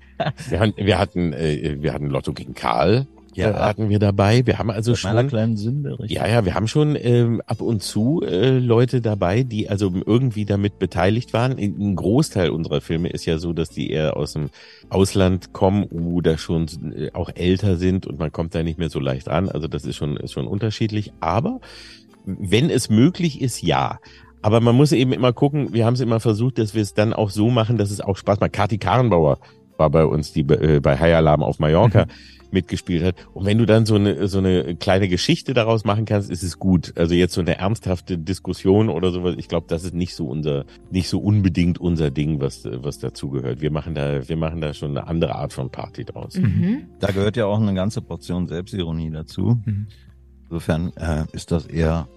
Speaker 4: wir, haben, wir hatten, äh, wir hatten Lotto gegen Karl, ja. hatten wir dabei. Wir haben also
Speaker 5: Mit meiner
Speaker 4: schon.
Speaker 5: kleinen Sünde, richtig?
Speaker 4: Ja, ja, wir haben schon ähm, ab und zu äh, Leute dabei, die also irgendwie damit beteiligt waren. Ein Großteil unserer Filme ist ja so, dass die eher aus dem Ausland kommen oder schon äh, auch älter sind und man kommt da nicht mehr so leicht an. Also das ist schon, ist schon unterschiedlich. Aber wenn es möglich ist, ja. Aber man muss eben immer gucken, wir haben es immer versucht, dass wir es dann auch so machen, dass es auch Spaß macht. Kati Karrenbauer war bei uns, die äh, bei High Alarm auf Mallorca mitgespielt hat. Und wenn du dann so eine, so eine kleine Geschichte daraus machen kannst, ist es gut. Also jetzt so eine ernsthafte Diskussion oder sowas, ich glaube, das ist nicht so unser, nicht so unbedingt unser Ding, was, äh, was dazugehört. Wir machen da, wir machen da schon eine andere Art von Party draus.
Speaker 1: Mhm.
Speaker 5: Da gehört ja auch eine ganze Portion Selbstironie dazu.
Speaker 2: Mhm.
Speaker 5: Insofern äh, ist das eher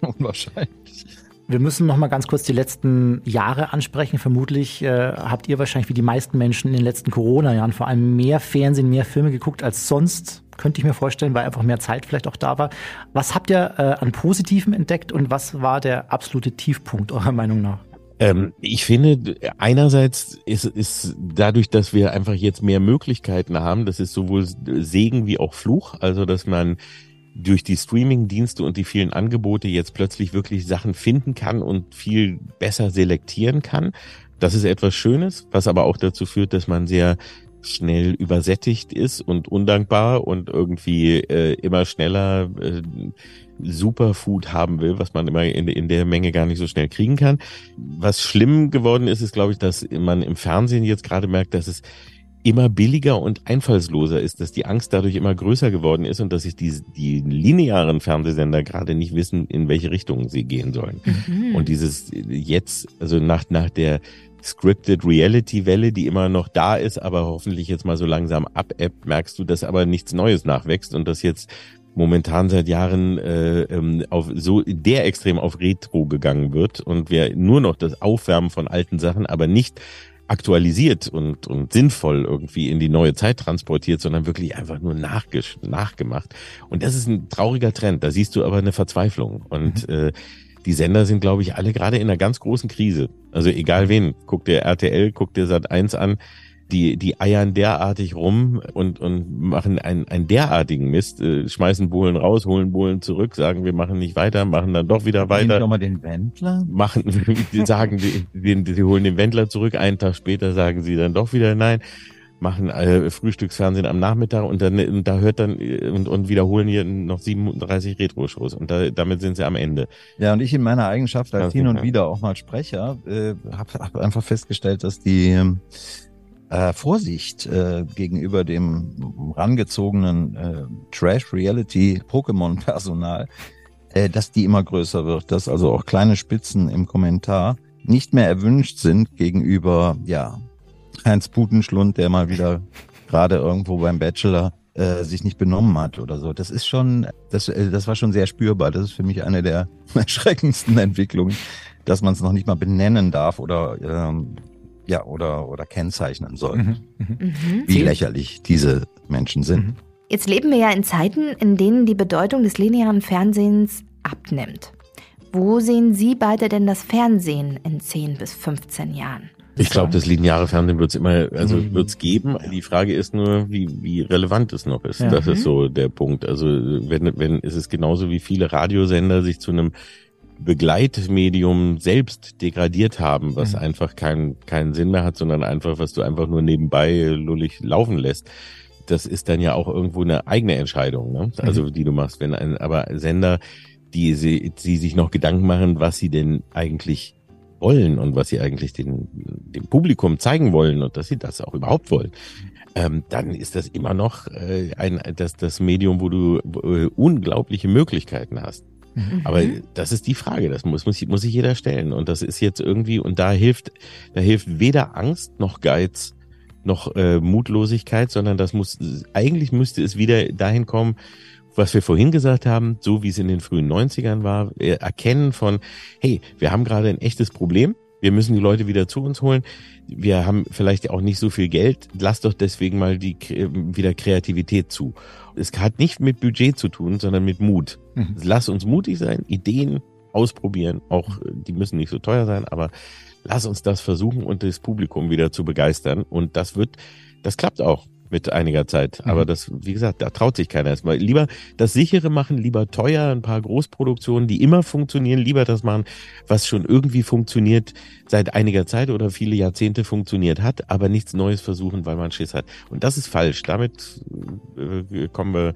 Speaker 5: unwahrscheinlich.
Speaker 2: Wir müssen noch mal ganz kurz die letzten Jahre ansprechen. Vermutlich äh, habt ihr wahrscheinlich wie die meisten Menschen in den letzten Corona-Jahren vor allem mehr Fernsehen, mehr Filme geguckt als sonst. Könnte ich mir vorstellen, weil einfach mehr Zeit vielleicht auch da war. Was habt ihr äh, an Positiven entdeckt und was war der absolute Tiefpunkt eurer Meinung nach?
Speaker 4: Ähm, ich finde, einerseits ist, ist dadurch, dass wir einfach jetzt mehr Möglichkeiten haben, das ist sowohl Segen wie auch Fluch, also dass man durch die Streaming-Dienste und die vielen Angebote jetzt plötzlich wirklich Sachen finden kann und viel besser selektieren kann. Das ist etwas Schönes, was aber auch dazu führt, dass man sehr schnell übersättigt ist und undankbar und irgendwie äh, immer schneller äh, Superfood haben will, was man immer in, in der Menge gar nicht so schnell kriegen kann. Was schlimm geworden ist, ist, glaube ich, dass man im Fernsehen jetzt gerade merkt, dass es immer billiger und einfallsloser ist, dass die Angst dadurch immer größer geworden ist und dass sich die, die linearen Fernsehsender gerade nicht wissen, in welche Richtung sie gehen sollen.
Speaker 1: Mhm.
Speaker 4: Und dieses jetzt, also nach, nach der Scripted Reality Welle, die immer noch da ist, aber hoffentlich jetzt mal so langsam abebbt, merkst du, dass aber nichts Neues nachwächst und dass jetzt momentan seit Jahren äh, ähm, auf so der extrem auf Retro gegangen wird und wir nur noch das Aufwärmen von alten Sachen, aber nicht aktualisiert und, und sinnvoll irgendwie in die neue Zeit transportiert, sondern wirklich einfach nur nachgesch nachgemacht. Und das ist ein trauriger Trend. Da siehst du aber eine Verzweiflung. Und äh, die Sender sind, glaube ich, alle gerade in einer ganz großen Krise. Also egal wen, guck dir RTL, guck dir Sat 1 an, die, die eiern derartig rum und, und machen einen, einen derartigen Mist, äh, schmeißen Bohlen raus, holen Bohlen zurück, sagen, wir machen nicht weiter, machen dann doch wieder
Speaker 5: Nimm
Speaker 4: weiter
Speaker 5: doch mal den Wendler.
Speaker 4: machen, die sagen, die, die, die holen den Wendler zurück, einen Tag später sagen sie dann doch wieder nein, machen äh, Frühstücksfernsehen am Nachmittag und dann und da hört dann äh, und, und wiederholen hier noch 37 Retro-Shows und da, damit sind sie am Ende.
Speaker 5: Ja, und ich in meiner Eigenschaft als
Speaker 4: Ganz
Speaker 5: hin
Speaker 4: gut,
Speaker 5: und
Speaker 4: ja.
Speaker 5: wieder auch mal Sprecher, äh, habe hab einfach festgestellt, dass die ähm, äh, Vorsicht äh, gegenüber dem rangezogenen äh, Trash-Reality-Pokémon-Personal, äh, dass die immer größer wird, dass also auch kleine Spitzen im Kommentar nicht mehr erwünscht sind gegenüber, ja, Heinz Putenschlund, der mal wieder gerade irgendwo beim Bachelor äh, sich nicht benommen hat oder so. Das ist schon, das, äh, das war schon sehr spürbar. Das ist für mich eine der erschreckendsten Entwicklungen, dass man es noch nicht mal benennen darf oder ähm, ja oder oder kennzeichnen soll.
Speaker 1: Mhm.
Speaker 5: Wie lächerlich diese Menschen sind.
Speaker 2: Mhm.
Speaker 1: Jetzt leben wir ja in Zeiten, in denen die Bedeutung des linearen Fernsehens abnimmt. Wo sehen Sie beide denn das Fernsehen in 10 bis 15 Jahren?
Speaker 4: Ich glaube, das lineare Fernsehen wird es immer, also
Speaker 2: Mhm.
Speaker 4: wird es geben. Die Frage ist nur, wie, wie relevant es noch ist.
Speaker 2: Ja.
Speaker 4: Das ist
Speaker 1: Mhm.
Speaker 4: so der Punkt. Also wenn, wenn es ist genauso wie viele Radiosender sich zu einem Begleitmedium selbst degradiert haben, was
Speaker 2: Mhm.
Speaker 4: einfach keinen keinen Sinn mehr hat, sondern einfach, was du einfach nur nebenbei lullig laufen lässt. Das ist dann ja auch irgendwo eine eigene Entscheidung, ne? also die du machst. Wenn ein, aber Sender, die sie, sie sich noch Gedanken machen, was sie denn eigentlich wollen und was sie eigentlich den, dem Publikum zeigen wollen und dass sie das auch überhaupt wollen, ähm, dann ist das immer noch äh, ein, das, das Medium, wo du äh, unglaubliche Möglichkeiten hast.
Speaker 1: Mhm.
Speaker 4: Aber das ist die Frage, das muss, muss, muss sich jeder stellen. Und das ist jetzt irgendwie, und da hilft, da hilft weder Angst noch Geiz noch äh, Mutlosigkeit, sondern das muss, eigentlich müsste es wieder dahin kommen, was wir vorhin gesagt haben, so wie es in den frühen 90ern war, äh, erkennen von, hey, wir haben gerade ein echtes Problem, wir müssen die Leute wieder zu uns holen, wir haben vielleicht auch nicht so viel Geld, lass doch deswegen mal die äh, wieder Kreativität zu. Es hat nicht mit Budget zu tun, sondern mit Mut.
Speaker 2: Mhm.
Speaker 4: Lass uns mutig sein, Ideen ausprobieren. Auch äh, die müssen nicht so teuer sein, aber lass uns das versuchen und das Publikum wieder zu begeistern. Und das wird, das klappt auch mit einiger Zeit. Aber das, wie gesagt, da traut sich keiner erstmal. Lieber das sichere machen, lieber teuer, ein paar Großproduktionen, die immer funktionieren, lieber das machen, was schon irgendwie funktioniert, seit einiger Zeit oder viele Jahrzehnte funktioniert hat, aber nichts Neues versuchen, weil man Schiss hat. Und das ist falsch. Damit äh, kommen wir,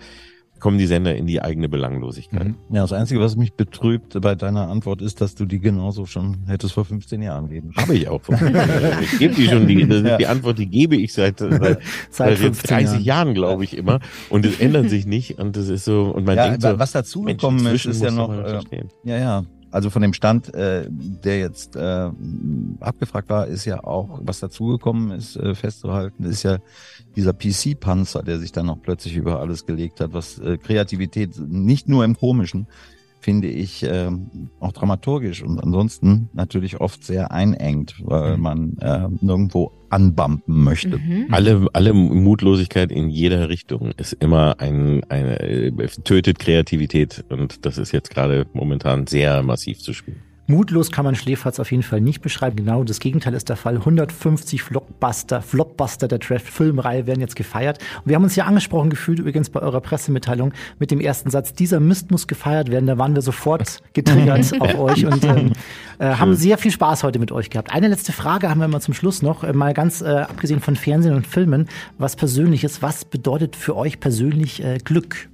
Speaker 4: kommen die Sender in die eigene Belanglosigkeit.
Speaker 2: Mhm.
Speaker 5: Ja, das Einzige, was mich betrübt bei deiner Antwort, ist, dass du die genauso schon hättest vor 15 Jahren geben.
Speaker 4: Habe ich auch. Ich gebe die schon, die, das ist die Antwort, die gebe ich seit, seit, seit jetzt 30 Jahren, glaube ich, immer. Und es ändert sich nicht. Und das ist so, und man
Speaker 5: Ja,
Speaker 4: denkt so,
Speaker 5: was dazu gekommen ist,
Speaker 4: inzwischen
Speaker 5: ist ja
Speaker 4: muss
Speaker 5: noch
Speaker 4: man
Speaker 5: äh,
Speaker 4: verstehen.
Speaker 5: Ja, ja. Also von dem Stand, äh, der jetzt äh, abgefragt war, ist ja auch, was dazugekommen ist, äh, festzuhalten, ist ja dieser PC-Panzer, der sich dann noch plötzlich über alles gelegt hat, was äh, Kreativität nicht nur im Komischen, finde ich, äh, auch dramaturgisch und ansonsten natürlich oft sehr einengt, weil
Speaker 2: Mhm.
Speaker 5: man äh, nirgendwo anbumpen möchte.
Speaker 1: Mhm.
Speaker 4: Alle, alle Mutlosigkeit in jeder Richtung ist immer ein, eine, äh, tötet Kreativität. Und das ist jetzt gerade momentan sehr massiv zu spüren.
Speaker 2: Mutlos kann man Schläferz auf jeden Fall nicht beschreiben. Genau das Gegenteil ist der Fall. 150 Flockbuster, Flopbuster der Trash-Filmreihe werden jetzt gefeiert. Und wir haben uns hier angesprochen gefühlt, übrigens bei eurer Pressemitteilung, mit dem ersten Satz, dieser Mist muss gefeiert werden. Da waren wir sofort getriggert auf euch und ähm, äh, haben sehr viel Spaß heute mit euch gehabt. Eine letzte Frage haben wir mal zum Schluss noch, äh, mal ganz äh, abgesehen von Fernsehen und Filmen, was Persönliches. Was bedeutet für euch persönlich äh, Glück?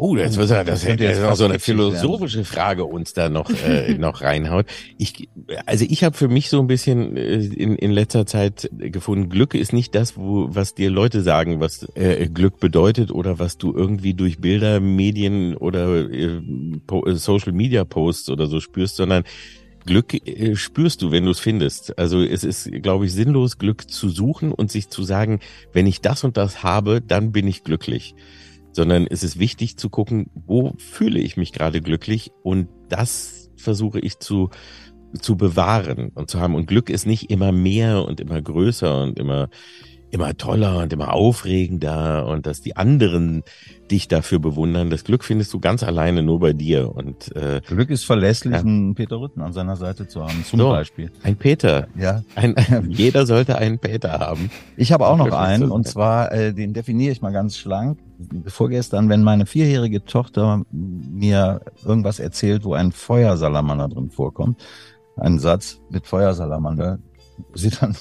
Speaker 4: Oh, das, das, das, das,
Speaker 5: könnte jetzt
Speaker 4: ist auch
Speaker 5: fast
Speaker 4: so eine
Speaker 5: witzig werden.
Speaker 4: philosophische Frage uns da noch, äh, noch reinhaut. Ich, also ich habe für mich so ein bisschen äh, in, in letzter Zeit gefunden, Glück ist nicht das, wo, was dir Leute sagen, was äh, Glück bedeutet oder was du irgendwie durch Bilder, Medien oder äh, po, äh, Social Media Posts oder so spürst, sondern Glück äh, spürst du, wenn du es findest. Also es ist, glaube ich, sinnlos, Glück zu suchen und sich zu sagen, wenn ich das und das habe, dann bin ich glücklich. Sondern es ist wichtig zu gucken, wo fühle ich mich gerade glücklich und das versuche ich zu, zu bewahren und zu haben. Und Glück ist nicht immer mehr und immer größer und immer, immer toller und immer aufregender und dass die anderen dich dafür bewundern. Das Glück findest du ganz alleine nur bei dir und äh,
Speaker 5: Glück ist verlässlich,
Speaker 4: Ja.
Speaker 5: einen Peter Rütten an seiner Seite zu haben, zum
Speaker 4: So.
Speaker 5: Beispiel.
Speaker 4: ein Peter,
Speaker 5: Ja,
Speaker 4: Ein, jeder sollte einen Peter haben.
Speaker 5: Ich habe auch noch
Speaker 4: Glück ist
Speaker 5: einen
Speaker 4: das.
Speaker 5: und zwar, äh, den definiere ich mal ganz schlank. Vorgestern, wenn meine vierjährige Tochter mir irgendwas erzählt, wo ein Feuersalamander drin vorkommt, ein Satz mit Feuersalamander, wo sie dann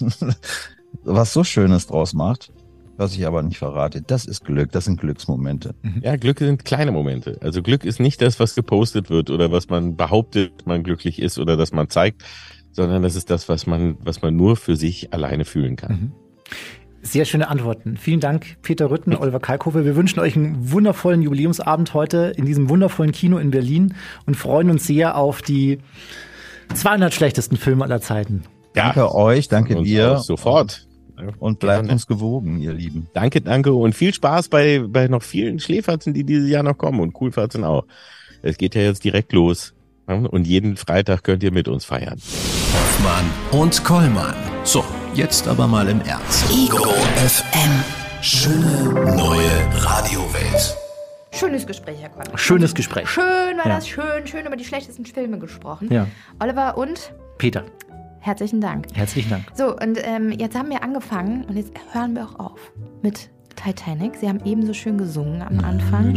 Speaker 5: was so Schönes draus macht, was ich aber nicht verrate. Das ist Glück, das sind Glücksmomente.
Speaker 4: Ja, Glück sind kleine Momente. Also Glück ist nicht das, was gepostet wird oder was man behauptet, man glücklich ist oder dass man zeigt, sondern das ist das, was man, was man nur für sich alleine fühlen kann.
Speaker 2: Sehr schöne Antworten. Vielen Dank, Peter Rütten, Oliver Kalkofe. Wir wünschen euch einen wundervollen Jubiläumsabend heute in diesem wundervollen Kino in Berlin und freuen uns sehr auf die 200 schlechtesten Filme aller Zeiten.
Speaker 5: Danke euch, danke
Speaker 4: Und
Speaker 5: dir
Speaker 4: auch Sofort.
Speaker 5: und bleibt
Speaker 4: Gerne.
Speaker 5: uns gewogen, ihr Lieben.
Speaker 4: Danke, danke und viel Spaß bei, bei noch vielen Schläferzen, die dieses Jahr noch kommen und Coolfahrten auch. Es geht ja jetzt direkt los. Und jeden Freitag könnt ihr mit uns feiern.
Speaker 3: Hoffmann und Kollmann. So, jetzt aber mal im Ernst. Ego FM. Schöne neue Radiowelt.
Speaker 1: Schönes Gespräch, Herr Konrad.
Speaker 2: Schönes Gespräch.
Speaker 1: Schön war
Speaker 2: Ja.
Speaker 1: das, schön, schön über die schlechtesten Filme gesprochen.
Speaker 2: Ja.
Speaker 1: Oliver und
Speaker 2: Peter,
Speaker 1: herzlichen Dank.
Speaker 2: herzlichen Dank.
Speaker 1: So, und ähm, jetzt haben wir angefangen und jetzt hören wir auch auf mit Titanic. Sie haben ebenso schön gesungen am Anfang.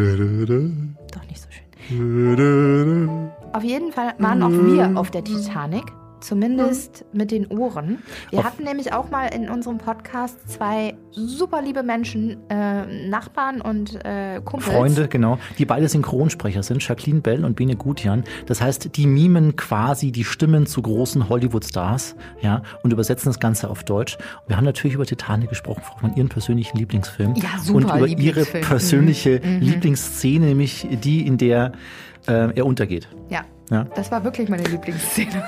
Speaker 1: Doch nicht so schön. Auf jeden Fall waren auch wir auf der Titanic. Zumindest mit den Ohren. Wir
Speaker 2: Auf-
Speaker 1: hatten nämlich auch mal in unserem Podcast zwei super liebe Menschen, äh, Nachbarn und äh, Kumpels.
Speaker 2: Freunde, genau, die beide Synchronsprecher sind, Jacqueline Bell und Bene Gutian. Das heißt, die mimen quasi die Stimmen zu großen Hollywood-Stars, ja, und übersetzen das Ganze auf Deutsch. Und wir haben natürlich über Titanic gesprochen, Frau von ihren persönlichen Lieblingsfilm
Speaker 1: Ja, super
Speaker 2: und über ihre
Speaker 1: Lieblingsfilm. Mhm.
Speaker 2: persönliche Lieblingsszene, nämlich die, in der äh, er untergeht.
Speaker 1: Ja.
Speaker 2: Ja.
Speaker 1: Das war wirklich meine Lieblingsszene.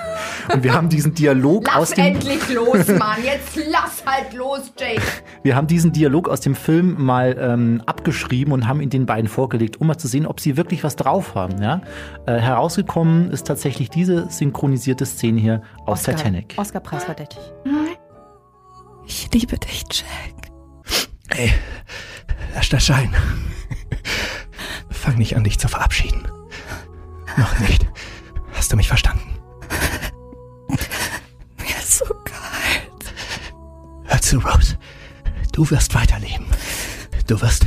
Speaker 2: Und wir haben diesen Dialog aus
Speaker 1: Lass
Speaker 2: dem
Speaker 1: endlich los, Mann. Jetzt lass halt los, Jake.
Speaker 2: Wir haben diesen Dialog aus dem Film mal ähm, abgeschrieben und haben ihn den beiden vorgelegt, um mal zu sehen, ob sie wirklich was drauf haben. Ja? Äh, herausgekommen ist tatsächlich diese synchronisierte Szene hier aus Titanic.
Speaker 1: Oscar preisverdächtig.
Speaker 6: Ich liebe dich, Jack.
Speaker 7: Lass das sein. Fang nicht an, dich zu verabschieden. Noch nicht. Hast du mich verstanden?
Speaker 6: Mir ist so kalt.
Speaker 7: Hör zu, Rose. Du wirst weiterleben. Du wirst.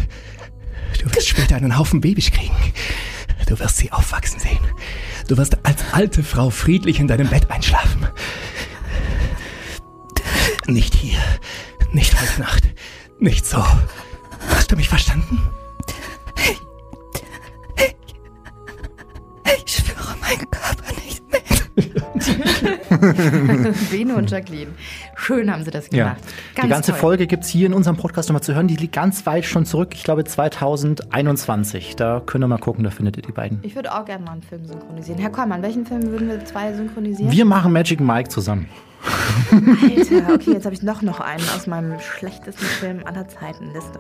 Speaker 7: Du wirst später einen Haufen Babys kriegen. Du wirst sie aufwachsen sehen. Du wirst als alte Frau friedlich in deinem Bett einschlafen. Nicht hier. Nicht heute Nacht. Nicht so. Hast du mich verstanden?
Speaker 6: Ich spüre meinen Körper nicht mehr.
Speaker 1: Bene und Jacqueline. Schön haben sie das gemacht.
Speaker 2: die ganze
Speaker 1: toll.
Speaker 2: Folge gibt's hier in unserem Podcast nochmal zu hören. Die liegt ganz weit schon zurück, ich glaube 2021. Da könnt ihr mal gucken, da findet ihr die beiden.
Speaker 1: Ich würde auch gerne mal einen Film synchronisieren. Herr Kollmann, welchen Film würden wir zwei synchronisieren?
Speaker 2: Wir machen Magic Mike zusammen.
Speaker 1: Alter, okay, jetzt habe ich noch, noch einen aus meinem schlechtesten Film aller Zeiten Liste.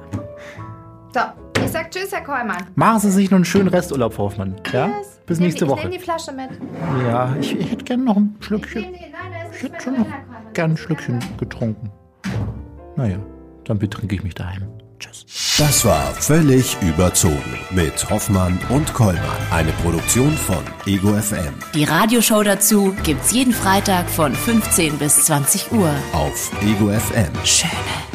Speaker 1: So, ich sag Tschüss, Herr Kollmann.
Speaker 2: Machen Sie sich noch einen schönen Resturlaub, Frau Hoffmann. Ja?
Speaker 1: Tschüss.
Speaker 2: Bis
Speaker 1: Nehm-
Speaker 2: nächste
Speaker 1: ich Ich
Speaker 2: Woche.
Speaker 1: nehme die Flasche mit. Ich
Speaker 2: Ja, ich, ich hätte gerne noch ein Schlückchen.
Speaker 1: nehm die, nein, da ist
Speaker 2: Ich hätte
Speaker 1: nichts
Speaker 2: schon
Speaker 1: mehr
Speaker 2: noch
Speaker 1: drin, Herr Kollmann.
Speaker 2: gern ein Schlückchen getrunken. Naja, Dann betrinke ich mich daheim. Tschüss.
Speaker 7: Das war völlig überzogen mit Hoffmann und Kollmann. Eine Produktion von Ego FM
Speaker 8: Die Radioshow dazu gibt's jeden Freitag von 15 bis 20 Uhr.
Speaker 7: auf Ego FM.
Speaker 8: Schöne